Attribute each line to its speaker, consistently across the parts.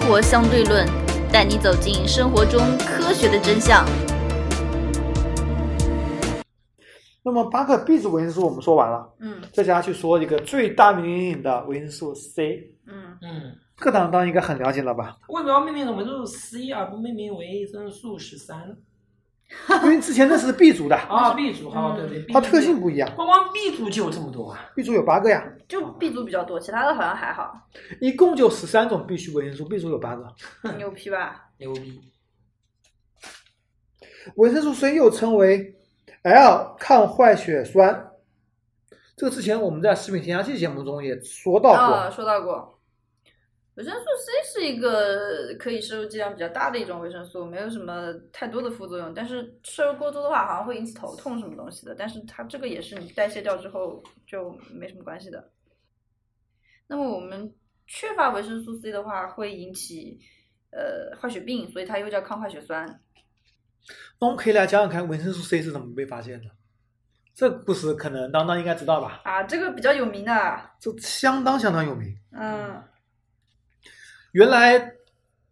Speaker 1: 活相对论》，带你走进生活中科学的真相。
Speaker 2: 那么八个 B 族维生素我们说完了，
Speaker 1: 嗯
Speaker 2: 再加去说一个最大名鼎的维生素 C，
Speaker 1: 嗯，
Speaker 3: 嗯，
Speaker 2: 这个当当应该很了解了 吧？
Speaker 3: 为什么要命名成维生素 C 而不命名为维生素十三呢？
Speaker 2: 因为之前那是 B 族的，
Speaker 3: 啊，B 组哈，
Speaker 1: 嗯
Speaker 3: 对对，B
Speaker 2: 它
Speaker 3: 族
Speaker 2: 特性不一样
Speaker 3: 光光 B 组就有这么多啊！
Speaker 2: ，B 族有八个呀，
Speaker 1: 就 B 族比较多，其他的好像还好，
Speaker 2: 一共就十三种必需维生素，B 族有八个。
Speaker 1: 牛批吧？
Speaker 3: 牛逼！
Speaker 2: 维生素 C 又称为 L 抗坏血酸，这个之前我们在食品添加剂节目中也说到过。
Speaker 1: 啊，说到过，维生素 C 是一个可以摄入剂量比较大的一种维生素，没有什么太多的副作用，但是摄入过多的话，好像会引起头痛什么东西的。但是它这个也是你代谢掉之后就没什么关系的。那么我们缺乏维生素 C 的话，会引起呃坏血病，所以它又叫抗坏血酸。
Speaker 2: 那我们可以来讲讲看维生素 C 是怎么被发现的。这个故事可能当当应该知道吧？
Speaker 1: 啊，这个比较有名的，啊
Speaker 2: 这相当相当有名。
Speaker 1: 嗯
Speaker 2: 原来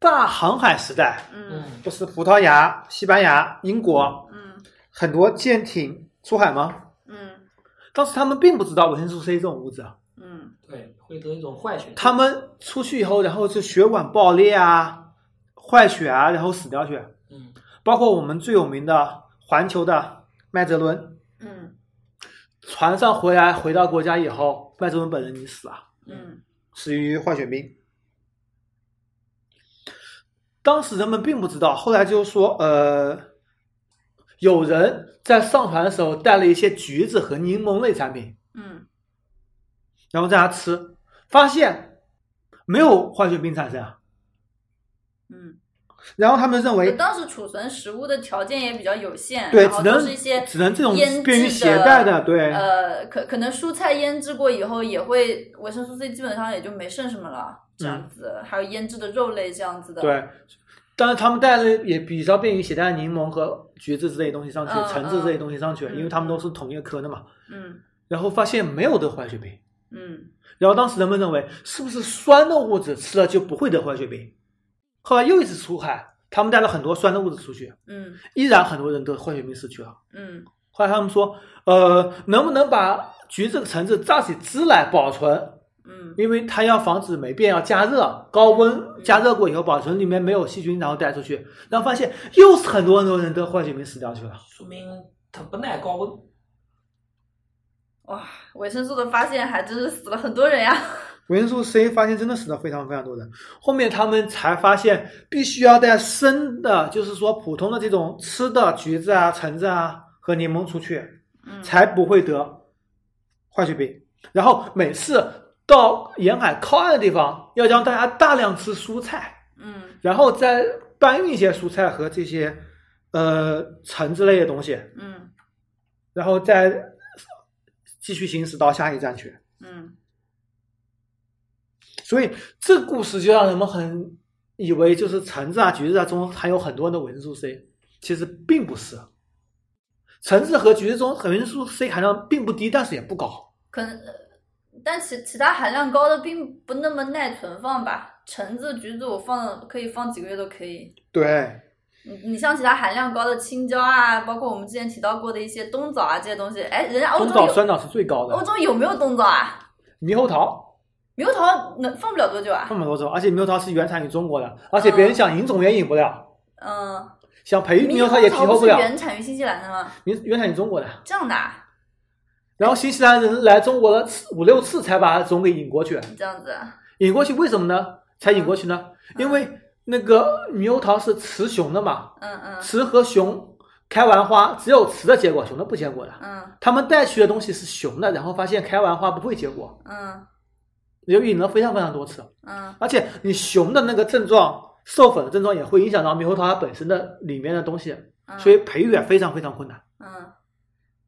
Speaker 2: 大航海时代，
Speaker 1: 嗯
Speaker 3: 嗯
Speaker 2: 不是葡萄牙、西班牙、英国
Speaker 1: 嗯
Speaker 2: 很多舰艇出海吗？
Speaker 1: 嗯
Speaker 2: 当时他们并不知道维生素 C 这种物质啊，
Speaker 1: 嗯
Speaker 3: 对，会得一种坏血。
Speaker 2: 他们出去以后，然后就血管爆裂啊、坏血啊，然后死掉去。
Speaker 3: 嗯
Speaker 2: 包括我们最有名的环球的麦哲伦，
Speaker 1: 嗯
Speaker 2: 船上回来回到国家以后，麦哲伦本人已死啊，
Speaker 1: 嗯
Speaker 2: 死于坏血病。当时人们并不知道，后来就说，呃，有人在上船的时候带了一些橘子和柠檬类产品，
Speaker 1: 嗯
Speaker 2: 然后在家吃，发现没有坏血病产生啊。
Speaker 1: 嗯。
Speaker 2: 然后他们认为，
Speaker 1: 当时储存食物的条件也比较有限，
Speaker 2: 哎对，
Speaker 1: 然后
Speaker 2: 只
Speaker 1: 都
Speaker 2: 能
Speaker 1: 是一些
Speaker 2: 只能这种
Speaker 1: 腌
Speaker 2: 便于
Speaker 1: 制
Speaker 2: 携带的，对，
Speaker 1: 呃，可可能蔬菜腌制过以后也会维生素 C 基本上也就没剩什么了，这样子，还有腌制的肉类这样子
Speaker 2: 嗯
Speaker 1: 的，
Speaker 2: 对，但是他们带了也比较便于携带柠檬和橘子之类的东西上去，
Speaker 1: 嗯
Speaker 2: 橙子之类的东西上去，
Speaker 1: 嗯
Speaker 2: 因为他们都是同一个科的嘛。
Speaker 1: 嗯
Speaker 2: 然后发现没有得坏血病，
Speaker 1: 嗯
Speaker 2: 然后当时人们认为是不是酸的物质吃了就不会得坏血病？后来又一次出海，他们带了很多酸的物质出去，
Speaker 1: 嗯
Speaker 2: 依然很多人得坏血病死去了。
Speaker 1: 嗯
Speaker 2: 后来他们说，呃，能不能把橘子、橙子榨起汁来保存？
Speaker 1: 嗯
Speaker 2: 因为它要防止霉变，要加热，高温加热过以后保存里面没有细菌，然后带出去，然后发现又是很多很多人得坏血病死掉去了。
Speaker 3: 说明它不耐高温。
Speaker 1: 哇，维生素的发现还真是死了很多 人呀，
Speaker 2: 维生素 C 发现真的死了非常非常多人，后面他们才发现必须要带生的，就是说普通的这种吃的橘子啊、橙子啊和柠檬出去，
Speaker 1: 嗯
Speaker 2: 才不会得坏血病。然后每次到沿海靠岸的地方，要让大家大量吃蔬菜。
Speaker 1: 嗯
Speaker 2: 然后再搬运一些蔬菜和这些呃橙之类的东西，
Speaker 1: 嗯
Speaker 2: 然后再继续行驶到下一站去。
Speaker 1: 嗯
Speaker 2: 所以这故事就让人们很以为就是橙子啊、橘子啊中含有很多的维生素 C，其实并不是。橙子和橘子中维生素 C 含量并不低，但是也不高。
Speaker 1: 可能，呃但其其他含量高的并不那么耐存放吧，橙子、橘子我放可以放几个月都可以。
Speaker 2: 对，
Speaker 1: 你你像其他含量高的青椒啊，包括我们之前提到过的一些冬枣啊这些东西，哎，人家欧
Speaker 2: 冬
Speaker 1: 洲
Speaker 2: 枣、
Speaker 1: 有
Speaker 2: 酸枣是最高
Speaker 1: 欧
Speaker 2: 的，
Speaker 1: 洲有没有冬枣啊？
Speaker 2: 猕猴桃
Speaker 1: 猕猴桃能放不了多久啊
Speaker 2: 这？么多种，而且猕猴桃是原产于中国的，而且别人想引种也引不了，
Speaker 1: 嗯，
Speaker 2: 想培嗯育猕猴桃也
Speaker 1: 猕
Speaker 2: 提
Speaker 1: 猴
Speaker 2: 猴
Speaker 1: 桃
Speaker 2: 不
Speaker 1: 是
Speaker 2: 了，
Speaker 1: 原产于新西兰的吗？
Speaker 2: 原原产于中国的。
Speaker 1: 这样的、啊，
Speaker 2: 然后新西兰人来中国了次五六次才把种给引过去，
Speaker 1: 这样子啊，
Speaker 2: 引过去为什么呢？才引过去呢？因为那个猕猴桃是雌雄的嘛，
Speaker 1: 嗯嗯
Speaker 2: 雌和雄开完花，只有雌的结果，雄的不结果的。
Speaker 1: 嗯
Speaker 2: 他们带去的东西是雄的，然后发现开完花不会结果，
Speaker 1: 嗯
Speaker 2: 也就引了非常非常多次。
Speaker 1: 嗯
Speaker 2: 而且你雄的那个症状，授粉的症状也会影响到猕猴桃它本身的里面的东西，
Speaker 1: 嗯，
Speaker 2: 所以培育也非常非常困难。
Speaker 1: 嗯，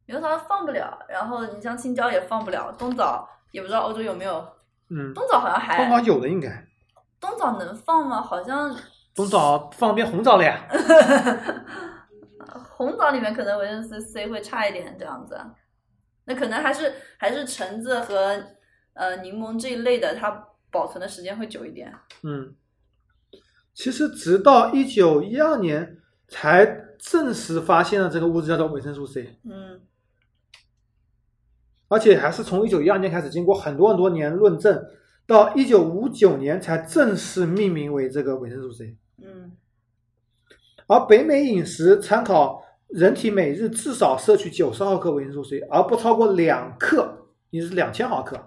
Speaker 1: 猕猴桃放不了，然后你像青椒也放不了，冬枣也不知道欧洲有没有，
Speaker 2: 嗯，
Speaker 1: 冬枣好像
Speaker 2: 通
Speaker 1: 还
Speaker 2: 常有的应该，
Speaker 1: 冬枣能放吗？好像
Speaker 2: 冬枣放变红枣了呀。
Speaker 1: 红枣里面可能维生素 C 会差一点，这样子。那可能还是还是橙子和呃柠檬这一类的，它保存的时间会久一点。
Speaker 2: 嗯，其实直到一九一二年才正式发现了这个物质叫做维生素 C，
Speaker 1: 嗯
Speaker 2: 而且还是从一九一二年开始，经过很多很多年论证，到一九五九年才正式命名为这个维生素 C。
Speaker 1: 嗯
Speaker 2: 而北美饮食参考人体每日至少摄取九十毫克维生素 C，而不超过两克，也就是两千毫克，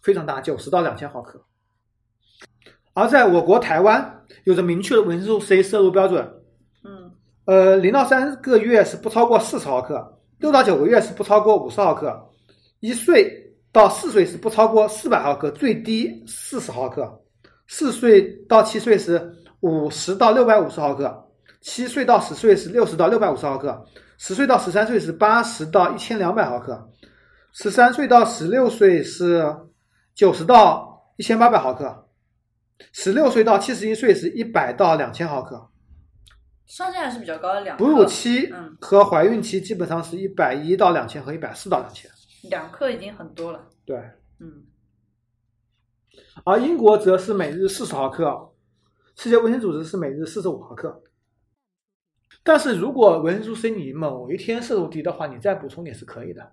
Speaker 2: 非常大，九十到两千毫克。而在我国台湾，有着明确的维生素 C 摄入标准，
Speaker 1: 嗯
Speaker 2: 呃，零到三个月是不超过四十毫克，六到九个月是不超过五十毫克，一岁到四岁是不超过四百毫克，最低四十毫克，四岁到七岁是五十到六百五十毫克，七岁到十岁是六十到六百五十毫克，十岁到十三岁是八十到一千两百毫克，十三岁到十六岁是九十到一千八百毫克，十六岁到七十一岁是一百到两千毫克。
Speaker 1: 上限还是比较高的，两
Speaker 2: 哺乳
Speaker 1: 克，
Speaker 2: 期
Speaker 1: 嗯
Speaker 2: 和怀孕期基本上是一百一到两千和一百四到两千。
Speaker 1: 两克已经很多了。
Speaker 2: 对，
Speaker 1: 嗯
Speaker 2: 而英国则是每日四十毫克，世界卫生组织是每日四十五毫克。但是如果维生素 C 你某一天摄入低的话，你再补充也是可以的，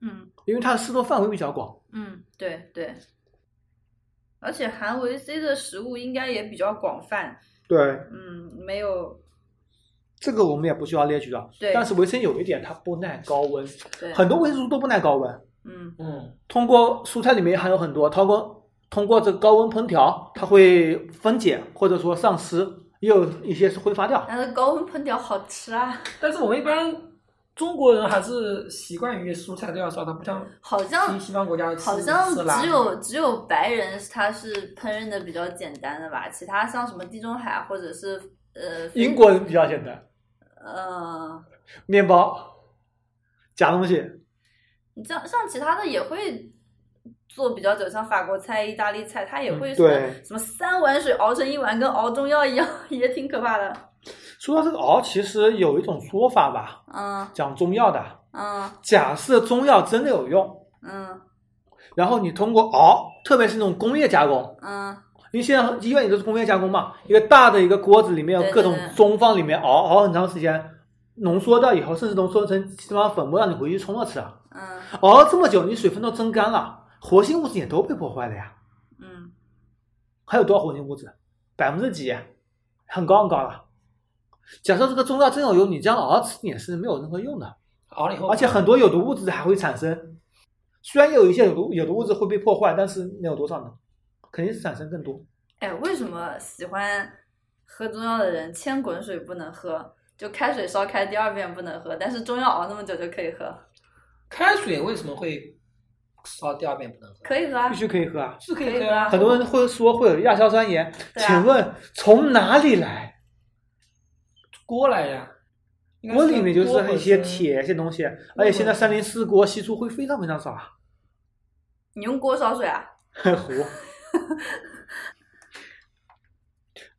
Speaker 1: 嗯
Speaker 2: 因为它的摄入范围比较广。
Speaker 1: 嗯，对对。而且含维 C 的食物应该也比较广泛，
Speaker 2: 对，
Speaker 1: 嗯，没有
Speaker 2: 这个我们也不需要列举了。
Speaker 1: 对
Speaker 2: 但是维 C 有一点，它不耐高温，
Speaker 1: 对，
Speaker 2: 很多维生素都不耐高温。
Speaker 1: 嗯
Speaker 3: 嗯，
Speaker 2: 通过蔬菜里面含有很多，通过通过这个高温烹调，它会分解或者说丧失，也有一些是挥发掉。
Speaker 1: 它的高温烹调好吃啊，
Speaker 3: 但是我们一般中国人还是习惯于蔬菜都要烧的，不像
Speaker 1: 好像
Speaker 3: 西西方国家吃
Speaker 1: 好像
Speaker 3: 吃辣
Speaker 1: 只有只有白人是他是烹饪的比较简单的吧，其他像什么地中海啊或者是呃非
Speaker 2: 英国人比较简单，
Speaker 1: 呃，
Speaker 2: 面包夹东西，
Speaker 1: 你像像其他的也会做比较久，像法国菜、意大利菜，它也会
Speaker 2: 嗯
Speaker 1: 什么、
Speaker 2: 对
Speaker 1: 什么三碗水熬成一碗，跟熬中药一样， 也挺可怕的。
Speaker 2: 说到这个熬，其实有一种说法吧，
Speaker 1: 嗯
Speaker 2: 讲中药的，
Speaker 1: 嗯
Speaker 2: 假设中药真的有用，
Speaker 1: 嗯
Speaker 2: 然后你通过熬，特别是那种工业加工，
Speaker 1: 嗯
Speaker 2: 因为现在医院也都是工业加工嘛，一个大的一个锅子里面
Speaker 1: 对
Speaker 2: 有各种
Speaker 1: 对对
Speaker 2: 中放里面熬熬很长时间，浓缩掉以后，甚至浓缩成西方粉末，让你回去冲着吃啊。
Speaker 1: 嗯
Speaker 2: 熬了这么久，你水分都蒸干了，活性物质也都被破坏了呀。
Speaker 1: 嗯，
Speaker 2: 还有多少活性物质？百分之几？很高很高了。假设这个中药真有用，你这样熬着吃你也是没有任何用的。
Speaker 3: 熬了以后，
Speaker 2: 而且很多有毒物质还会产生，虽然有一些有毒有毒物质会被破坏，但是能有多少呢？肯定是产生更多。
Speaker 1: 哎，为什么喜欢喝中药的人千滚水不能喝？就开水烧开第二遍不能喝，但是中药熬那么久就可以喝，
Speaker 3: 开水为什么会烧第二遍不能喝？
Speaker 1: 可以喝啊
Speaker 2: 必。须可以喝啊！
Speaker 3: 是可
Speaker 1: 可以
Speaker 3: 以喝
Speaker 1: 喝啊
Speaker 3: 啊，
Speaker 2: 很多人会说会有亚硝酸盐，
Speaker 1: 对啊
Speaker 2: 请问从哪里来？
Speaker 3: 锅来呀，应该
Speaker 2: 锅里面就
Speaker 3: 锅
Speaker 2: 是
Speaker 3: 本
Speaker 2: 一些
Speaker 3: 身，
Speaker 2: 铁一些东西，而且现在三零四锅析出会非常非常少啊，
Speaker 1: 你用锅烧水啊？
Speaker 2: 糊。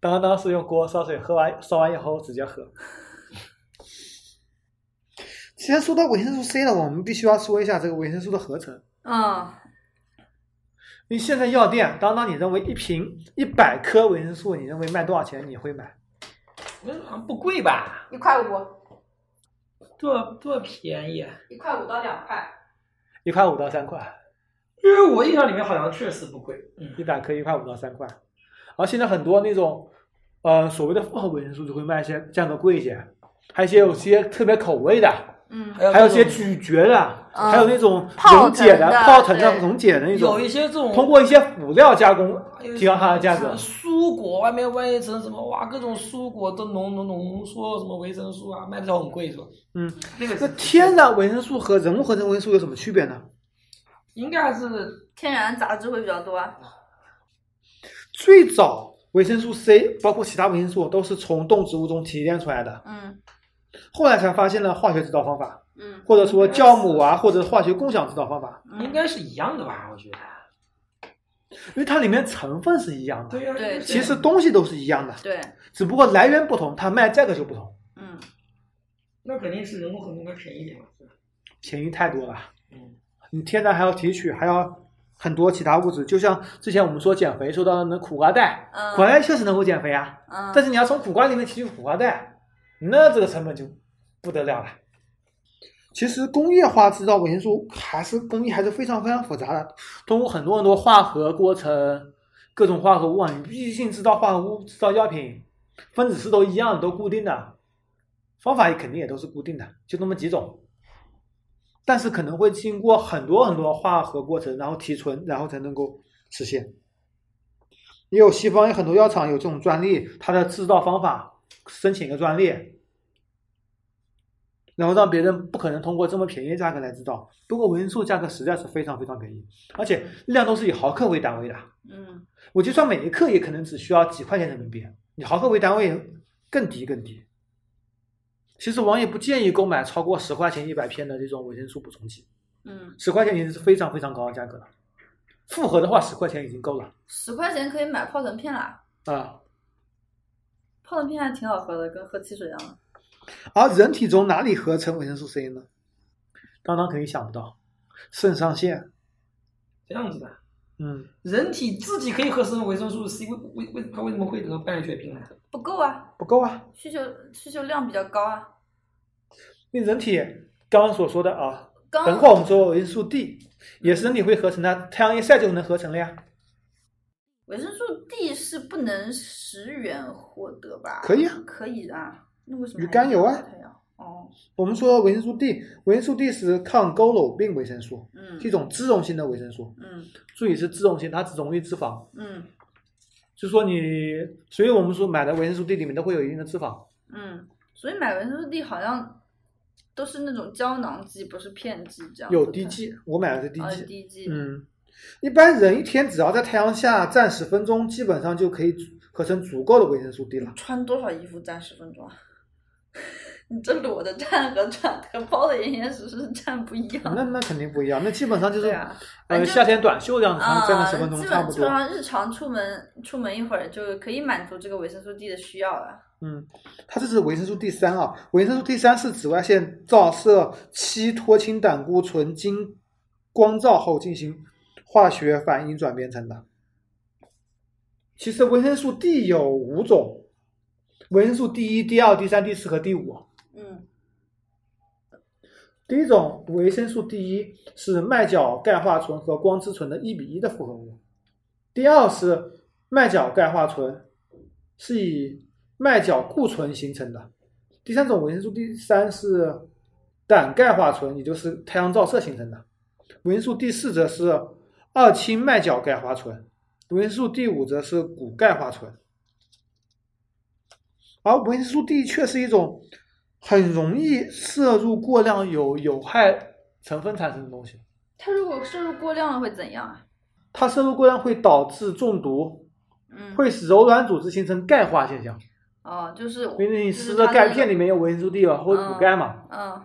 Speaker 2: 当当是用锅烧水，喝完烧完以后直接喝。既然说到维生素 C 了，我们必须要说一下这个维生素的合成。
Speaker 1: 嗯
Speaker 2: 因为现在药店，当当你认为一瓶一百颗维生素，你认为卖多少钱？你会买？
Speaker 3: 嗯好像不贵吧？
Speaker 1: 一块五，
Speaker 3: 多多便宜啊？
Speaker 1: 一块五到两块。
Speaker 2: 一块五到三块。
Speaker 3: 因为我印象里面好像确实不贵，嗯，
Speaker 2: 一百克一块五到三块，而现在很多那种，呃，所谓的复合维生素就会卖一些价格贵一些，还有一些有些特别口味的，
Speaker 1: 嗯
Speaker 2: 还有一
Speaker 3: 这
Speaker 2: 些
Speaker 3: 种
Speaker 2: 咀嚼的，
Speaker 1: 嗯
Speaker 2: 还有那种
Speaker 1: 泡
Speaker 2: 溶解
Speaker 1: 腾的
Speaker 2: 泡腾的、
Speaker 1: 对
Speaker 2: 溶解的那
Speaker 3: 有
Speaker 2: 种
Speaker 3: 一，些这种哎
Speaker 2: 通过一些辅料加工
Speaker 3: 还有
Speaker 2: 提高它的价
Speaker 3: 什
Speaker 2: 格
Speaker 3: 么。蔬果外面外一层什么哇，各种蔬果都浓浓浓缩什么维生素啊，卖的都很贵是吧？
Speaker 2: 嗯，
Speaker 3: 那个
Speaker 2: 那
Speaker 3: 是
Speaker 2: 天然维生素和人工合成维生素有什么区别呢？
Speaker 3: 应该是
Speaker 1: 天然杂质会比较多啊。
Speaker 2: 最早维生素 C 包括其他维生素都是从动植物中提炼出来的，
Speaker 1: 嗯
Speaker 2: 后来才发现了化学指导方法，
Speaker 1: 嗯
Speaker 2: 或者说酵母啊，或者化学共享指导方法。
Speaker 3: 应该是一样的吧？我觉得。
Speaker 1: 嗯
Speaker 2: 因为它里面成分是一样的，
Speaker 3: 对呀、应
Speaker 1: 对
Speaker 3: 该是
Speaker 2: 其实东西都是一样的，
Speaker 1: 对，
Speaker 2: 只不过来源不同，它卖价格就不同，
Speaker 1: 嗯
Speaker 3: 那肯定是人工合成应该便宜一点嘛，是吧？
Speaker 2: 便宜太多了。
Speaker 3: 嗯，
Speaker 2: 你天然还要提取，还要很多其他物质，就像之前我们说减肥说到那苦瓜带，
Speaker 1: 嗯，
Speaker 2: 苦瓜带确实能够减肥啊，
Speaker 1: 嗯，
Speaker 2: 但是你要从苦瓜里面提取苦瓜带，那这个成本就不得了了。其实工业化制造维生素还是工艺还是非常非常复杂的，通过很多很多化合过程，各种化合物啊，你毕竟制造化合物、制造药品，分子式都一样，都固定的，方法也肯定也都是固定的，就那么几种。但是可能会经过很多很多化合过程，然后提纯，然后才能够实现。也有西方有很多药厂有这种专利，它的制造方法申请一个专利，然后让别人不可能通过这么便宜的价格来制造。不过维生素价格实在是非常非常便宜，而且量都是以毫克为单位的。
Speaker 1: 嗯
Speaker 2: 我计算每一克也可能只需要几块钱人民币，以毫克为单位更低更低。其实王也不建议购买超过十块钱一百片的这种维生素补充剂，
Speaker 1: 嗯，
Speaker 2: 十块钱已经是非常非常高的价格了。复合的话，十块钱已经够了
Speaker 1: 十块钱可以买泡腾片啦，
Speaker 2: 啊。
Speaker 1: 泡腾片还挺好喝的，跟喝汽水一样的。
Speaker 2: 而人体中哪里合成维生素 C 呢？当当肯定想不到，肾上腺。
Speaker 3: 这样子的。
Speaker 2: 嗯，
Speaker 3: 人体自己可以合成维生素 C，为为为它为什么会得败血病呢？
Speaker 1: 不够啊，
Speaker 2: 不够啊。
Speaker 1: 需求需求量比较高啊。
Speaker 2: 那人体刚刚所说的啊，
Speaker 1: 刚
Speaker 2: 等会儿我们说维生素 D 也是人体会合成的，太阳一晒就能合成了呀。
Speaker 1: 维生素 D 是不能十元获得吧？
Speaker 2: 可以啊，
Speaker 1: 可以啊。那为什么
Speaker 2: 鱼肝油啊
Speaker 1: 还要？哦，
Speaker 2: 我们说维生素 D，维生素 D 是抗佝偻病维生素，
Speaker 1: 嗯
Speaker 2: 一种脂溶性的维生素。
Speaker 1: 嗯
Speaker 2: 注意是脂溶性，它只溶于脂肪，
Speaker 1: 嗯
Speaker 2: 就说你，所以我们说买的维生素 D 里面都会有一定的脂肪。
Speaker 1: 嗯，所以买维生素 D 好像都是那种胶囊剂，不是片剂这样子的。
Speaker 2: 有滴剂，我买的是滴
Speaker 1: 啊，
Speaker 2: 剂
Speaker 1: 有。滴剂。
Speaker 2: 嗯，一般人一天只要在太阳下站十分钟，基本上就可以合成足够的维生素 D 了。
Speaker 1: 穿多少衣服站十分钟啊？ 你这裸着站和穿和包的严严实实站不一样。
Speaker 2: 那那肯定不一样，那基本上就是、
Speaker 1: 嗯对啊，
Speaker 2: 呃
Speaker 1: 反正
Speaker 2: 夏天短袖这样子，
Speaker 1: 啊，
Speaker 2: 站个十分钟
Speaker 1: 基
Speaker 2: 差
Speaker 1: 本
Speaker 2: 不
Speaker 1: 基
Speaker 2: 多
Speaker 1: 本。上日常出门出门一会儿就可以满足这个维生素 D 的需要了。
Speaker 2: 嗯，它这是维生素 D 三啊，维生素 D 三是紫外线照射七脱氢胆固醇经光照后进行化学反应转变成的。其实维生素 D 有五种，维生素 D 一、D 二、D 三、D 四和 D 五。啊
Speaker 1: 嗯
Speaker 2: 第一种维生素 D 一是麦角钙化醇和光之醇的一比一的复合物，第二是麦角钙化醇是以麦角固醇形成的，第三种维生素 D 三是胆钙化醇，也就是太阳照射形成的，维生素 D 四则是二氢麦角钙化醇，维生素 D 五则是骨钙化醇。而维生素 D 却是一种很容易摄入过量有有害成分产生的东西。
Speaker 1: 它如果摄入过量了会怎样啊？
Speaker 2: 它摄入过量会导致中毒，
Speaker 1: 嗯，
Speaker 2: 会使柔软组织形成钙化现象。
Speaker 1: 哦，就是
Speaker 2: 因为你
Speaker 1: 就是
Speaker 2: 吃的
Speaker 1: 它
Speaker 2: 钙
Speaker 1: 那
Speaker 2: 片
Speaker 1: 个
Speaker 2: 里面有维生素 D 嘛，或者补钙嘛。
Speaker 1: 嗯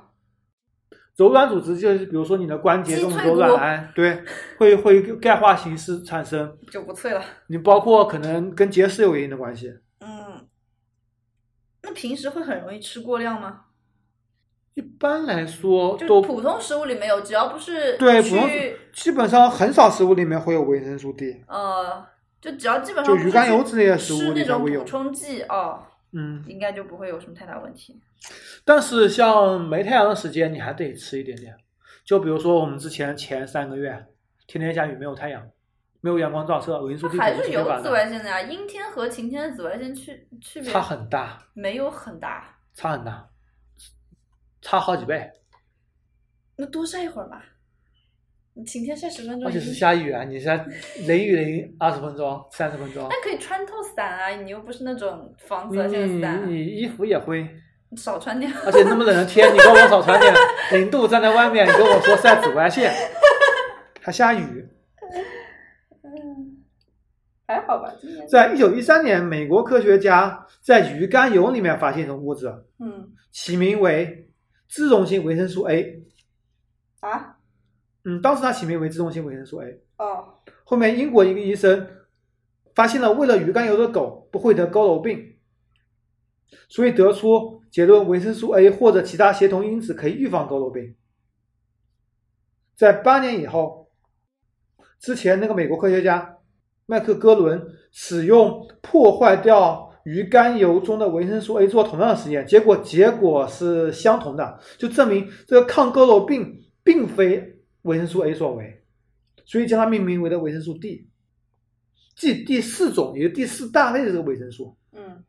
Speaker 2: 柔软组织就是比如说你的关节
Speaker 1: 肌
Speaker 2: 这种
Speaker 1: 脆
Speaker 2: 柔软
Speaker 1: 骨
Speaker 2: 癌， 对，会会钙化形式产生。
Speaker 1: 就不脆了。
Speaker 2: 你包括可能跟结石有一定的关系。
Speaker 1: 嗯，那平时会很容易吃过量吗？
Speaker 2: 一般来说
Speaker 1: 就
Speaker 2: 都
Speaker 1: 普通食物里面有，只要不是
Speaker 2: 对普通
Speaker 1: 去
Speaker 2: 基本上很少食物里面会有维生素 D，
Speaker 1: 呃，就只要基本
Speaker 2: 就
Speaker 1: 上不
Speaker 2: 鱼
Speaker 1: 是
Speaker 2: 肝
Speaker 1: 去
Speaker 2: 油之类的食
Speaker 1: 吃
Speaker 2: 物里
Speaker 1: 那
Speaker 2: 面
Speaker 1: 种
Speaker 2: 会有
Speaker 1: 补。充剂哦，
Speaker 2: 嗯，
Speaker 1: 应该就不会有什么太大问题。
Speaker 2: 但是像没太阳的时间，你还得吃一点点。就比如说我们之前前三个月，天天下雨，没有太阳，没有阳光照射，维生素 D
Speaker 1: 还
Speaker 2: 总
Speaker 1: 是
Speaker 2: 缺
Speaker 1: 有
Speaker 2: 乏
Speaker 1: 紫
Speaker 2: 的，
Speaker 1: 外线的呀、阴天和晴天的紫外线区区别
Speaker 2: 差很大，
Speaker 1: 没有很大，
Speaker 2: 差很大，差好几倍。
Speaker 1: 那多晒一会儿吧。你晴天晒十分钟
Speaker 2: 而
Speaker 1: 已
Speaker 2: 且
Speaker 1: 经，
Speaker 2: 是下雨啊，你现在雷雨淋二十分钟、三十分钟，
Speaker 1: 但可以穿透伞啊，你又不是那种防哎紫
Speaker 2: 你
Speaker 1: 外线的伞啊，
Speaker 2: 你你衣服也灰，
Speaker 1: 你少穿点。
Speaker 2: 而且那么冷的天，你跟我少穿点，零度站在外面，你跟我说晒紫外线，还下雨。
Speaker 1: 嗯， 还好吧，今年
Speaker 2: 在一九一三年，美国科学家在鱼肝油里面发现一种物质，
Speaker 1: 嗯
Speaker 2: 起名为脂溶性维生素 A。
Speaker 1: 啊
Speaker 2: 嗯，当时它起名为脂溶性维生素 A。
Speaker 1: 哦
Speaker 2: 后面英国一个医生发现了喂了鱼肝油的狗不会得佝偻病，所以得出结论：维生素 A 或者其他协同因子可以预防佝偻病。在八年以后，之前那个美国科学家麦克戈伦使用破坏掉鱼肝油中的维生素 A 做同样的实验，结果结果是相同的，就证明这个抗佝偻病并非维生素 A 所为，所以将它命名为了维生素 D，即第四种，也就是第四大类的这个维生素。
Speaker 1: 嗯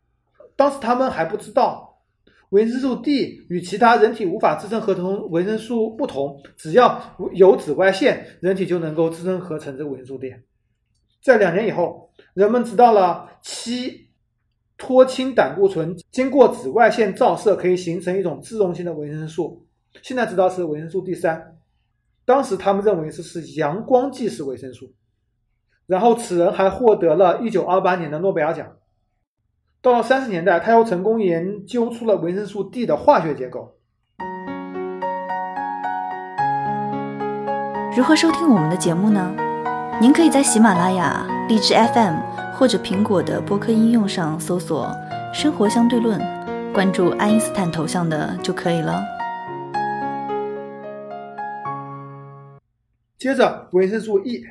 Speaker 2: 当时他们还不知道，维生素 D 与其他人体无法自身合成维生素不同，只要有紫外线，人体就能够自身合成这个维生素 D。在两年以后，人们知道了七脱氢胆固醇经过紫外线照射可以形成一种自溶性的维生素，现在知道是维生素 D 三。当时他们认为这是阳光即是维生素，然后此人还获得了1928年的诺贝尔奖。到了三十年代，他又成功研究出了维生素 D 的化学结构。
Speaker 4: 如何收听我们的节目呢？您可以在喜马拉雅、荔枝 FM 或者苹果的播客应用上搜索“生活相对论”，关注爱因斯坦头像的就可以了。
Speaker 2: 接着，维生素 E，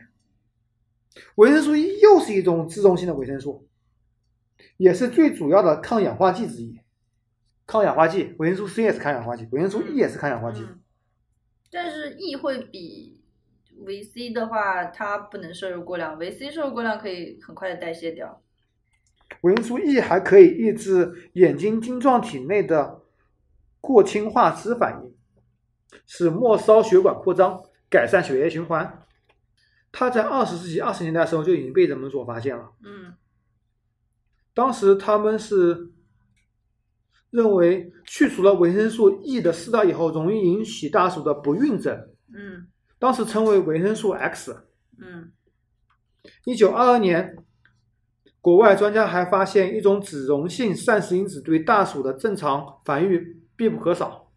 Speaker 2: 维生素 E 又是一种自溶性的维生素，也是最主要的抗氧化剂之一。抗氧化剂，维生素 C 也是抗氧化剂，维生素 E 也是抗氧化剂。
Speaker 1: 嗯，但是 E 会比维 C 的话，它不能摄入过量，维 C 摄入过量可以很快的代谢掉。
Speaker 2: 维生素 E 还可以抑制眼睛晶状体内的过氢化酯反应，使末梢血管扩张，改善血液循环。它在二十世纪二十年代的时候就已经被人们所发现了。
Speaker 1: 嗯
Speaker 2: 当时他们是认为去除了维生素 E 的释道以后，容易引起大鼠的不孕症，
Speaker 1: 嗯
Speaker 2: 当时称为维生素 X。
Speaker 1: 嗯
Speaker 2: 一九二二年，国外专家还发现一种脂溶性膳食因子对大鼠的正常繁育必不可少。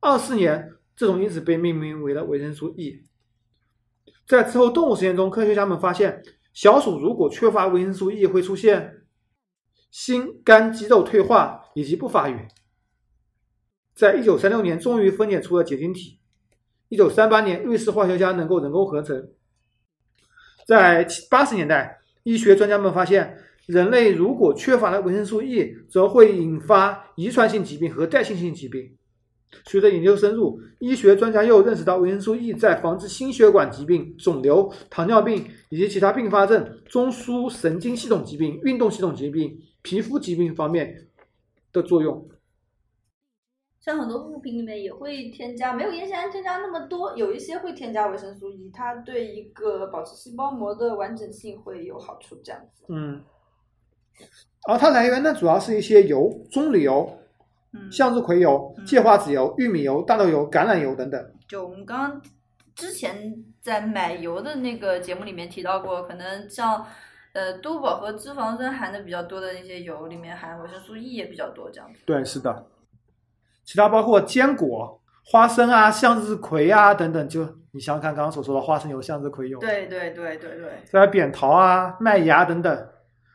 Speaker 2: 二四年，这种因子被命名为了维生素 E。在之后动物实验中，科学家们发现，小鼠如果缺乏维生素 E，会出现心肝肌肉退化以及不发育。在一九三六年，终于分解出了结晶体。一九三八年，瑞士化学家能够人工合成。在八十年代，医学专家们发现，人类如果缺乏了维生素 E，则会引发遗传性疾病和代谢性疾病。随着研究深入，医学专家又认识到维生素 E 在防治心血管疾病、肿瘤、糖尿病以及其他并发症、中枢神经系统疾病、运动系统疾病、皮肤疾病方面的作用。
Speaker 1: 像很多物品里面也会添加，没有烟酰胺添加那么多，有一些会添加维生素 E，它对一个保持细胞膜的完整性会有好处。这样子，
Speaker 2: 嗯，而它来源呢，主要是一些油、棕榈油、
Speaker 1: 嗯，
Speaker 2: 向日葵油、
Speaker 1: 嗯
Speaker 2: 芥花籽油、玉米油、大豆油、橄榄油等等。
Speaker 1: 就我们刚刚之前在买油的那个节目里面提到过，可能像呃多饱和脂肪酸含的比较多的那些油里面含维生素 E 也比较多，这样子。
Speaker 2: 对，是的。其他包括坚果、花生啊、向日葵啊等等，就你想想看，刚刚所说的花生油、向日葵油，，
Speaker 1: 对对对对对，
Speaker 2: 再扁桃啊、麦芽等等。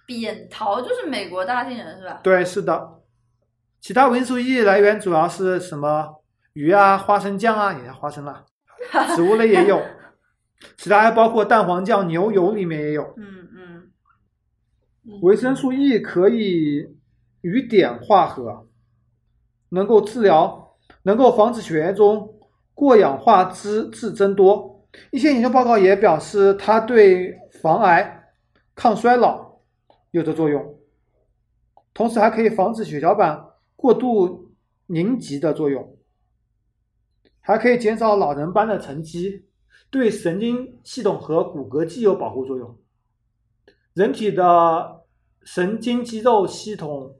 Speaker 1: 扁桃就是美国大杏仁是吧？
Speaker 2: 对，是的。其他维生素 E 来源主要是什么？鱼啊、花生酱啊，也是花生啦、植物类也有。其他还包括蛋黄酱、牛油里面也有。
Speaker 1: 嗯嗯
Speaker 2: 维生素 E 可以与碘化合，能够治疗，能够防止血液中过氧化脂质增多。一些研究报告也表示，它对防癌、抗衰老有着作用，同时还可以防止血小板过度凝集的作用，还可以减少老人斑的沉积，对神经系统和骨骼肌有保护作用。人体的神经肌肉系统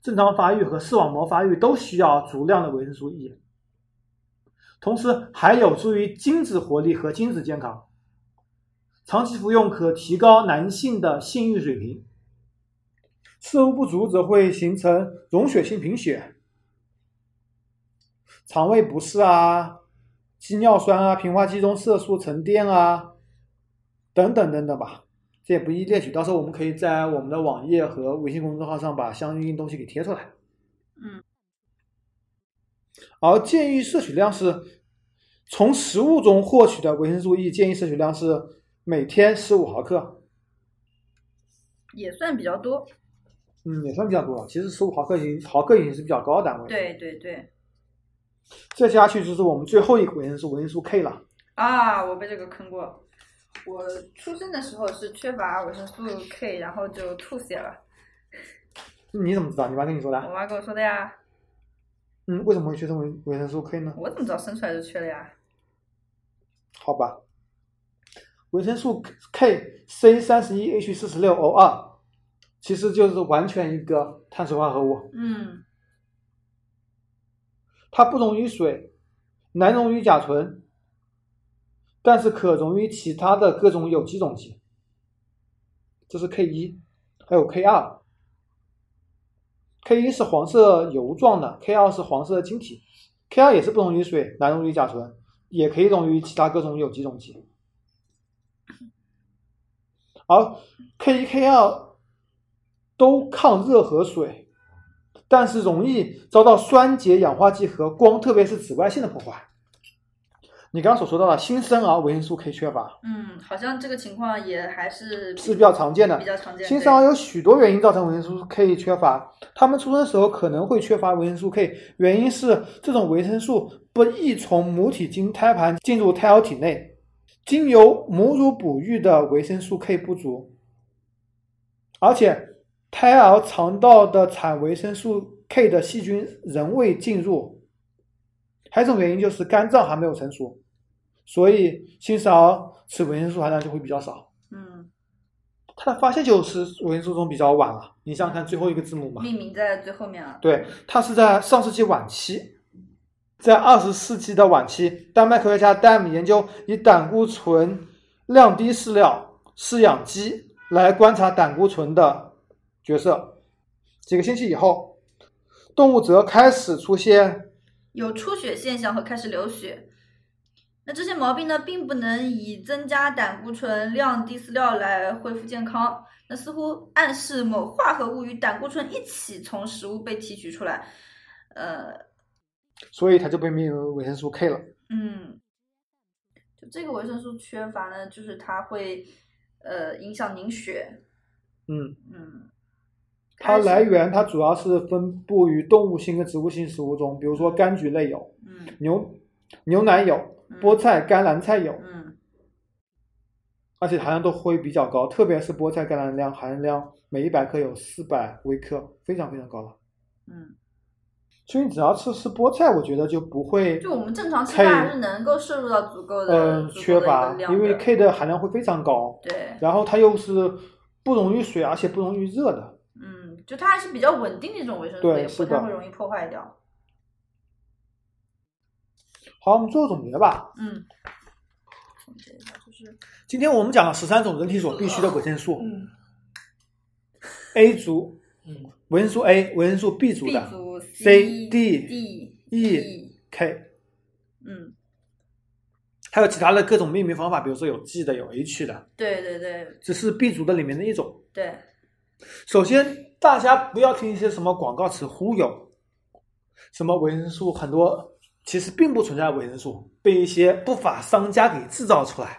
Speaker 2: 正常发育和视网膜发育都需要足量的维生素 E，同时还有助于精子活力和精子健康。长期服用可提高男性的性欲水平，摄入不足则会形成溶血性贫血、肠胃不适啊、肌尿酸啊、平滑肌中色素沉淀啊等等等等吧。这也不一列举，到时候我们可以在我们的网页和微信公众号上把相应东西给贴出来。
Speaker 1: 嗯，
Speaker 2: 而建议摄取量是，从食物中获取的维生素 E 建议摄取量是每天十五毫克，
Speaker 1: 也算比较多。
Speaker 2: 嗯，也算比较多。其实十五毫克已经毫克已经是比较高的单位。，
Speaker 1: 对对对，
Speaker 2: 再下去就是我们最后一个维生素维生素 K 了。
Speaker 1: 啊，我被这个坑过。我出生的时候是缺乏维生素 K，然后就吐血了。
Speaker 2: 你怎么知道？你妈跟你说
Speaker 1: 我
Speaker 2: 的？
Speaker 1: 妈跟我说的呀，
Speaker 2: 嗯，为什么会缺少维维生素 K 呢？
Speaker 1: 我怎么知道生出来就缺了呀？
Speaker 2: 好吧，维生素 K C 三十一 H 四十六 O 二，其实就是完全一个碳水化合物，
Speaker 1: 嗯，
Speaker 2: 它不溶于水，难溶于甲醇，但是可溶于其他的各种有机溶剂。这是 K 一，还有 K 二。K 一是黄色油状的，K 二是黄色的晶体，K 二也是不溶于水，难溶于甲醇，也可以溶于其他各种有机溶剂。而 K 一、K 二都抗热和水，但是容易遭到酸碱氧化剂和光，特别是紫外线的破坏。你刚刚所说到的新生儿维生素 K 缺乏
Speaker 1: 嗯，好像这个情况也还是
Speaker 2: 是比较常见的
Speaker 1: 比，较常见。
Speaker 2: 新
Speaker 1: 对
Speaker 2: 生儿有许多原因造成维生素 K 缺乏，他们出生的时候可能会缺乏维生素 K，原因是这种维生素不易从母体经胎盘进入胎儿体内，经由母乳哺育的维生素 K 不足，而且胎儿肠道的产维生素 K 的细菌仍未进入。还有一种原因就是肝脏还没有成熟，所以新生儿吃维生素含量就会比较少。
Speaker 1: 嗯，
Speaker 2: 它的发现就是维生素中比较晚了。你想想看，最后一个字母嘛，
Speaker 1: 命名在最后面了。
Speaker 2: 对，它是在上世纪晚期，在二十世纪的晚期，丹麦科学家戴姆研究以胆固醇量低饲料饲养鸡来观察胆固醇的角色。几个星期以后，动物则开始出现
Speaker 1: 有出血现象和开始流血。那这些毛病呢，并不能以增加胆固醇量、低饲料来恢复健康，那似乎暗示某化合物与胆固醇一起从食物被提取出来。呃，
Speaker 2: 所以它就被命名为维生素 K 了。
Speaker 1: 嗯，就这个维生素缺乏呢，就是它会呃影响凝血，
Speaker 2: 嗯，
Speaker 1: 嗯，
Speaker 2: 它
Speaker 1: 开始
Speaker 2: 来，源它主要是分布于动物性和植物性食物中，比如说柑橘类有，
Speaker 1: 嗯
Speaker 2: 牛牛奶有，
Speaker 1: 嗯
Speaker 2: 菠菜、甘蓝菜有，
Speaker 1: 嗯
Speaker 2: 而且含量都会比较高，特别是菠菜、甘蓝量含量每一百克有四百微克，非常非常高了。
Speaker 1: 嗯，
Speaker 2: 所以你只要吃吃菠菜，我觉得就不会
Speaker 1: 就我们正常吃
Speaker 2: 可以
Speaker 1: 饭还是能够摄入到足够的、
Speaker 2: 嗯
Speaker 1: 足够
Speaker 2: 缺
Speaker 1: 的一
Speaker 2: 乏
Speaker 1: 个，量
Speaker 2: 因为
Speaker 1: 的
Speaker 2: K 的含量会非常高，
Speaker 1: 对，
Speaker 2: 然后它又是不溶于水，而且不溶于热的。
Speaker 1: 嗯，就它还是比较稳定的一种维生素，
Speaker 2: 对
Speaker 1: 也不
Speaker 2: 是
Speaker 1: 太
Speaker 2: 的
Speaker 1: 会容易破坏掉。
Speaker 2: 好，我们最后总结吧。
Speaker 1: 嗯，总结一下就是，
Speaker 2: 今天我们讲了十三种人体所必需的维生素
Speaker 3: 嗯
Speaker 2: ：A 族
Speaker 3: 嗯
Speaker 2: 维生素 A、维生素 B 族
Speaker 1: B
Speaker 2: 的
Speaker 1: 族
Speaker 2: C
Speaker 1: D
Speaker 2: D
Speaker 1: D
Speaker 2: E K，
Speaker 1: 嗯，
Speaker 2: 还有其他的各种命名方法，比如说有 G 的、有 H 的，
Speaker 1: 对对对
Speaker 2: 只是 B 族的里面的一种。
Speaker 1: 对，
Speaker 2: 首先，大家不要听一些什么广告词忽悠，什么维生素很多，其实并不存在维生素，被一些不法商家给制造出 来。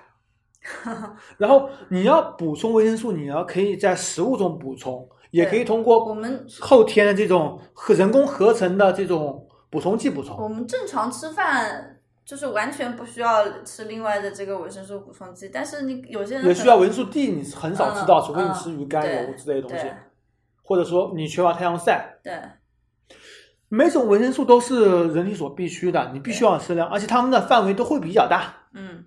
Speaker 2: 然后你要补充维生素，你要可以在食物中补充，也可以通
Speaker 1: 我
Speaker 2: 过
Speaker 1: 们
Speaker 2: 后天的这种和人工合成的这种补充剂补
Speaker 1: 我
Speaker 2: 充。
Speaker 1: 们正常吃饭。就是完全不需要吃另外的这个维生素补充剂，但是你有些人
Speaker 2: 也
Speaker 1: 可
Speaker 2: 需要
Speaker 1: 能
Speaker 2: 维生素 D，你很少吃到，
Speaker 1: 嗯
Speaker 2: 除非你
Speaker 1: 嗯
Speaker 2: 吃鱼肝
Speaker 1: 对
Speaker 2: 油之类的东西
Speaker 1: 对，
Speaker 2: 或者说你缺乏太阳晒。
Speaker 1: 对
Speaker 2: 每种维生素都是人体所必需的，你必须要适量，而且它们的范围都会比较大。
Speaker 1: 嗯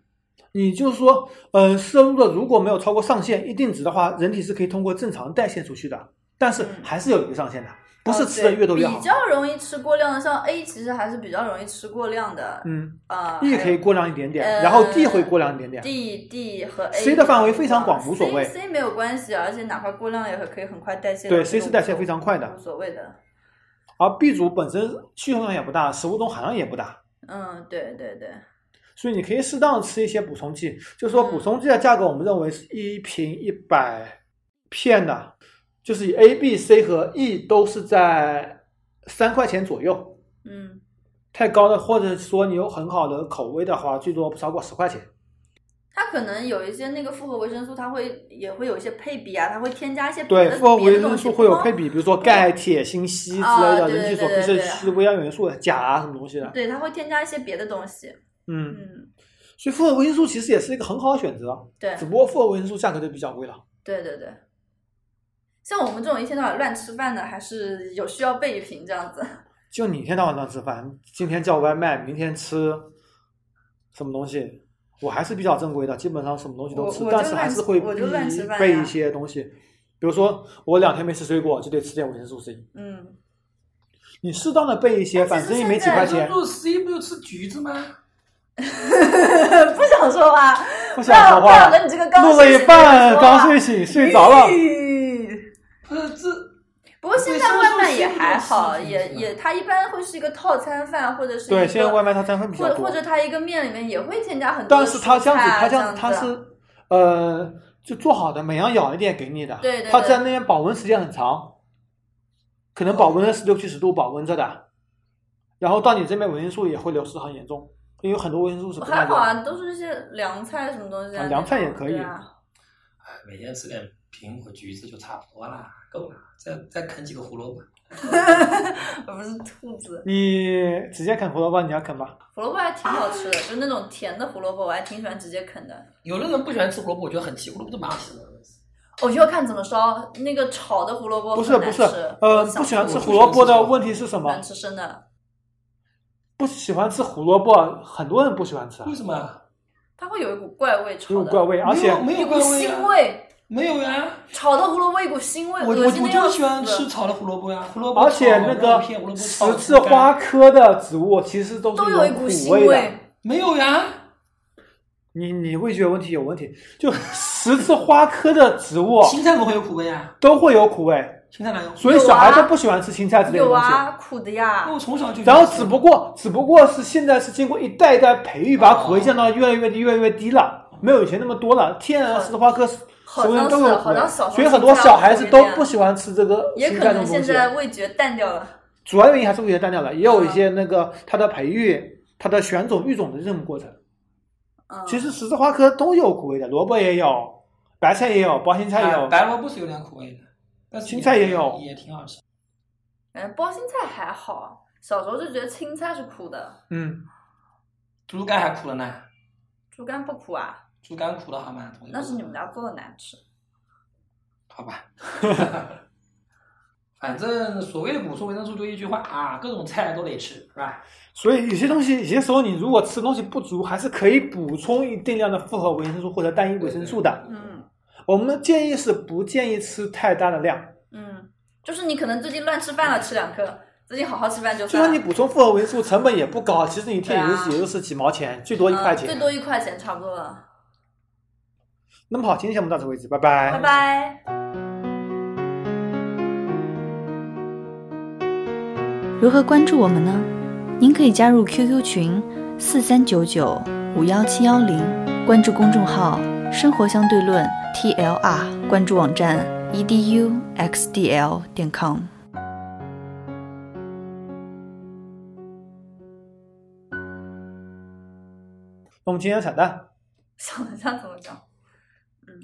Speaker 2: 你就是说，呃，摄入的如果没有超过上限一定值的话，人体是可以通过正常代谢出去的，但是
Speaker 1: 嗯
Speaker 2: 还是有一个上限的，不是
Speaker 1: 哦
Speaker 2: 吃的
Speaker 1: 对
Speaker 2: 越多越好
Speaker 1: 比。较容易吃过量的，像 A 其实还是比较容易吃过量的
Speaker 2: 嗯
Speaker 1: 啊、
Speaker 2: ，E 可以过量一点
Speaker 1: 呃
Speaker 2: 点，然后 D 会过量一点点。
Speaker 1: D、D 和 A
Speaker 2: C 的范围非常广无所谓
Speaker 1: C, C 没有关系，而且哪怕过量也可以很快代谢掉。
Speaker 2: 对
Speaker 1: 这个
Speaker 2: ，C 是代谢非常快
Speaker 1: 无
Speaker 2: 的，
Speaker 1: 所谓的。
Speaker 2: 而 B 族本身需求量也不大，食物中含量也不大，
Speaker 1: 嗯，对对对，
Speaker 2: 所以你可以适当吃一些补充剂。就是
Speaker 1: 嗯
Speaker 2: 说，补充剂的价格我们认为是一瓶一百片的，就是以 A、B、C 和 E 都是在三块钱左右。
Speaker 1: 嗯嗯
Speaker 2: 太高的，或者说你有很好的口味的话，最多不超过十块钱。
Speaker 1: 它可能有一些那个复合维生素，它会也会有一些配比啊，它会添加一些别
Speaker 2: 对，
Speaker 1: 的
Speaker 2: 复合维生素会有配。比，
Speaker 1: 别的东西嗯
Speaker 2: 比如说钙、铁、锌、硒之类
Speaker 1: 啊
Speaker 2: 的，
Speaker 1: 对
Speaker 2: 人体所
Speaker 1: 对
Speaker 2: 必
Speaker 1: 对
Speaker 2: 需
Speaker 1: 对
Speaker 2: 的微量元素，钾啊什么东西
Speaker 1: 不
Speaker 2: 的。
Speaker 1: 对，它会添加一些别的东西。
Speaker 2: 嗯，
Speaker 1: 嗯，
Speaker 2: 所以复合维生素其实也是一个很好的选择，啊
Speaker 1: 对
Speaker 2: 只不过复合维生素价格就比较贵了。
Speaker 1: 对对对。像我们这种一天到晚乱吃饭的，还是有需要备一瓶这样子。
Speaker 2: 就你一天到晚乱吃饭，今天叫外卖，明天吃什么东西，我还是比较正规的，基本上什么东西都吃
Speaker 1: 我，我就
Speaker 2: 但是还是会
Speaker 1: 乱吃我就乱吃饭呀
Speaker 2: 备一些东西，比如说我两天没吃水果，就得吃点维生素 C。
Speaker 1: 嗯，
Speaker 2: 你适当的备一些，
Speaker 1: 但
Speaker 2: 反
Speaker 1: 哎其实
Speaker 2: 正也没
Speaker 1: 现
Speaker 2: 几
Speaker 1: 在
Speaker 2: 块
Speaker 1: 就
Speaker 2: 钱，
Speaker 3: 露西不就吃橘子吗？
Speaker 1: 不想说话，
Speaker 2: 不想说话
Speaker 1: 不要不要跟你这个刚
Speaker 2: 录了一半，刚睡
Speaker 1: 睡
Speaker 2: 醒， 睡着了。
Speaker 3: 不是这
Speaker 1: 不过现在
Speaker 3: 对
Speaker 1: 外卖也
Speaker 3: 像素
Speaker 1: 还好，
Speaker 3: 是不是
Speaker 1: 也也它一般会是一个套餐饭，或者是
Speaker 2: 对，
Speaker 1: 一
Speaker 2: 现在
Speaker 1: 个
Speaker 2: 外卖它占分比
Speaker 1: 或
Speaker 2: 较
Speaker 1: 者
Speaker 2: 多
Speaker 1: 或，者它一个面里面也会添加很多
Speaker 2: 但
Speaker 1: 的
Speaker 2: 是
Speaker 1: 蔬菜
Speaker 2: 它
Speaker 1: 啊，
Speaker 2: 这样子，它
Speaker 1: 这
Speaker 2: 这
Speaker 1: 样
Speaker 2: 样
Speaker 1: 子
Speaker 2: 它是呃，就做好的每样舀一点给你的，
Speaker 1: 对对
Speaker 2: 它
Speaker 1: 对
Speaker 2: 在那边保温时间很长，可能保温了十六七十度保温着的，然后到你这边维生素也会流失很严重，因为很多维生素是不
Speaker 1: 还
Speaker 2: 耐
Speaker 1: 好
Speaker 2: 用的。
Speaker 1: 啊，都是一些凉菜什么东西
Speaker 2: 啊
Speaker 1: 啊，
Speaker 2: 凉菜也可以
Speaker 1: 对 啊。
Speaker 3: 哎每天吃点苹果、橘子就差不多啦，够了。再再啃几个胡萝卜，
Speaker 1: 我不是兔子，
Speaker 2: 你直接啃胡萝卜，你要啃吧？
Speaker 1: 胡萝卜还挺好吃的，就是那种甜的胡萝卜，我还挺喜欢直接啃的。
Speaker 3: 有的人不喜欢吃胡萝卜，我觉得很奇，胡萝卜都蛮好吃的。
Speaker 1: 我哦就要看怎么烧，那个炒的胡萝卜
Speaker 2: 不是
Speaker 1: 很难
Speaker 2: 不是
Speaker 1: 吃，
Speaker 2: 呃，
Speaker 1: 我想
Speaker 2: 不喜欢吃
Speaker 1: 吐
Speaker 2: 胡萝卜的问题是什
Speaker 1: 难
Speaker 2: 么？
Speaker 1: 吃生的，
Speaker 2: 不喜欢吃胡萝卜，很多人不喜欢吃啊，
Speaker 3: 为什么？
Speaker 1: 它会有一股怪味，
Speaker 2: 有
Speaker 1: 炒的
Speaker 2: 怪味，而且
Speaker 3: 没有没
Speaker 1: 一
Speaker 3: 有
Speaker 1: 股
Speaker 3: 怪味
Speaker 1: 腥
Speaker 3: 啊，
Speaker 1: 味，
Speaker 3: 没有呀。
Speaker 1: 炒的胡萝卜一股腥味，
Speaker 3: 我我
Speaker 1: 恶心
Speaker 3: 我
Speaker 1: 的要
Speaker 3: 就
Speaker 1: 死。
Speaker 3: 喜欢吃炒的胡萝卜呀，胡萝卜
Speaker 2: 而且
Speaker 3: 炒
Speaker 2: 那
Speaker 3: 肉
Speaker 2: 个
Speaker 3: 片胡萝卜炒
Speaker 2: 十字花科的植物其实都
Speaker 1: 都
Speaker 2: 是
Speaker 1: 有一股
Speaker 2: 苦
Speaker 1: 腥
Speaker 2: 味的。
Speaker 1: 味，
Speaker 3: 没有呀，
Speaker 2: 你你味觉问题有问题，就十字花科的植物
Speaker 3: 青菜怎么会有苦味啊？
Speaker 2: 都会有苦味，
Speaker 3: 青菜哪有？
Speaker 2: 所以小孩都不喜欢吃青菜之类的
Speaker 1: 啊有
Speaker 2: 东西。
Speaker 1: 啊，苦的呀
Speaker 3: 那我。从小就
Speaker 2: 然后只不过只不过是现在是经过一代一代培育，把苦味降到越来越低越来越低了，没有以前那么多了。天然的十字花科
Speaker 1: 好
Speaker 2: 所有人都有苦
Speaker 1: 好
Speaker 2: 味
Speaker 1: 像是好像小时候，
Speaker 2: 所以很多
Speaker 1: 啊
Speaker 2: 小孩子都不喜欢吃这个
Speaker 1: 也
Speaker 2: 青
Speaker 1: 可
Speaker 2: 菜这
Speaker 1: 能
Speaker 2: 种
Speaker 1: 现
Speaker 2: 东西。
Speaker 1: 在嗯味觉淡掉了。
Speaker 2: 主要原因还是味觉淡掉了，也有一些那个它的培育、它的选种育种的这种过程。
Speaker 1: 嗯，
Speaker 2: 其实十字花科都有苦味的，萝卜也有，白菜也有，包心菜也有。
Speaker 3: 哎白萝卜是有点苦味的，但是
Speaker 2: 青菜也有
Speaker 3: 也挺好吃。
Speaker 1: 感觉哎包心菜还好，小时候就觉得青菜是苦的，
Speaker 2: 嗯，
Speaker 3: 猪肝还苦了呢，
Speaker 1: 猪肝不苦啊，
Speaker 3: 猪肝苦的好吗？同学
Speaker 1: 那是你们家做的难吃。
Speaker 3: 好吧。 反正所谓的补充维生素就一句话啊，各种菜都得吃，是吧？
Speaker 2: 所以有些东西，有些时候你如果吃东西不足，还是可以补充一定量的复合维生素或者单一维生素的。
Speaker 1: 嗯
Speaker 2: 我们的建议是不建议吃太大的量，
Speaker 1: 嗯，就是你可能最近乱吃饭了，吃两颗，最近好好吃饭就
Speaker 2: 就
Speaker 1: 算
Speaker 2: 算
Speaker 1: 了。
Speaker 2: 你补充复合维生素成本也不高，其实你一天也就是
Speaker 1: 对啊
Speaker 2: 也就是几毛钱，最多一块
Speaker 1: 嗯
Speaker 2: 钱
Speaker 1: 最。多一块钱差不多了。
Speaker 2: 那么好，今天节目到此为止，拜
Speaker 1: 拜拜。
Speaker 4: 如何关注我们呢？您可以加入 QQ 群四三九九五幺七幺零，关注公众号“生活相对论 ”TLR，关注网站 E eduxdl 点 com。
Speaker 2: 那我们今天的彩蛋，
Speaker 1: 想一下怎么讲，嗯，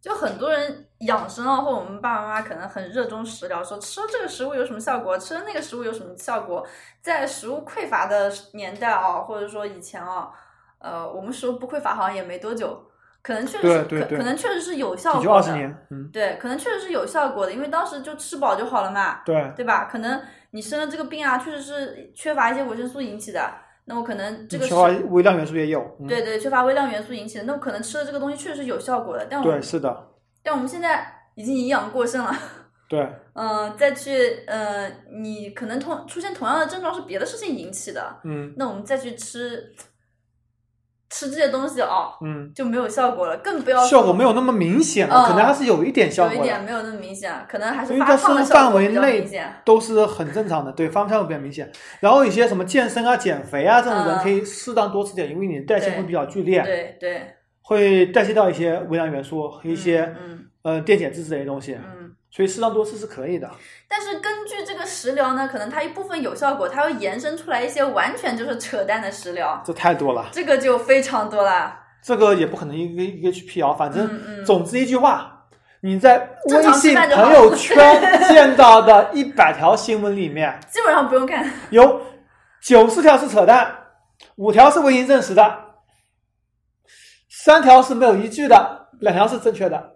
Speaker 1: 就很多人养生啊，或我们爸爸妈妈可能很热衷食疗，说吃了这个食物有什么效果，吃了那个食物有什么效果。在食物匮乏的年代啊，或者说以前啊，呃，我们食物不匮乏好像也没多久，可能确实是
Speaker 2: 对对对
Speaker 1: 可可能确实是有效
Speaker 2: 也
Speaker 1: 果
Speaker 2: 就
Speaker 1: 的，
Speaker 2: 二十年，嗯，
Speaker 1: 对，可能确实是有效果的，因为当时就吃饱就好了嘛，
Speaker 2: 对，
Speaker 1: 对吧？可能你生了这个病啊，确实是缺乏一些维生素引起的。那我可能这个
Speaker 2: 嗯缺乏
Speaker 1: 食
Speaker 2: 微量元素也有，嗯、
Speaker 1: 对对，缺乏微量元素引起的，那可能吃了这个东西确实是有效果的，但我
Speaker 2: 对
Speaker 1: 们
Speaker 2: 是的，
Speaker 1: 但我们现在已经营养过剩了，
Speaker 2: 对。
Speaker 1: 嗯、再去呃，你可能同出现同样的症状是别的事情引起的，
Speaker 2: 嗯
Speaker 1: 那我们再去吃吃这些东西哦，
Speaker 2: 嗯，
Speaker 1: 就没有效果了，更不要
Speaker 2: 效果没有那么明显了，
Speaker 1: 啊嗯
Speaker 2: 可能还是有一点效
Speaker 1: 有一
Speaker 2: 果
Speaker 1: 点
Speaker 2: 的，
Speaker 1: 没有那么明显，可能还是
Speaker 2: 因为
Speaker 1: 发
Speaker 2: 在
Speaker 1: 胖
Speaker 2: 生
Speaker 1: 的
Speaker 2: 活
Speaker 1: 效
Speaker 2: 范
Speaker 1: 果
Speaker 2: 围
Speaker 1: 比较
Speaker 2: 内
Speaker 1: 明显。
Speaker 2: 都是很正常的，对，方向会比较明显。然后有些什么健身啊、减肥啊这种人，
Speaker 1: 嗯
Speaker 2: 可以适当多吃点，因为你的代谢
Speaker 1: 对
Speaker 2: 会比较剧烈，
Speaker 1: 对对，
Speaker 2: 会代谢掉一些微量元素和一些
Speaker 1: 嗯
Speaker 2: 呃电解质之类的东西
Speaker 1: 嗯，嗯。
Speaker 2: 所以适当多吃是可以的。
Speaker 1: 但是根据这个食疗呢，可能它一部分有效果，它会延伸出来一些完全就是扯淡的食疗，
Speaker 2: 这太多了，
Speaker 1: 这个就非常多啦。
Speaker 2: 这个也不可能一个一个去辟谣，反正
Speaker 1: 嗯嗯
Speaker 2: 总之一句话，你在微
Speaker 1: 正常吃
Speaker 2: 信
Speaker 1: 饭就好
Speaker 2: 朋友圈见到的一百条新闻里面，
Speaker 1: 基本上不用看。
Speaker 2: 有九十条是扯淡，五条是未经证实的，三条是没有依据的，两条是正确的。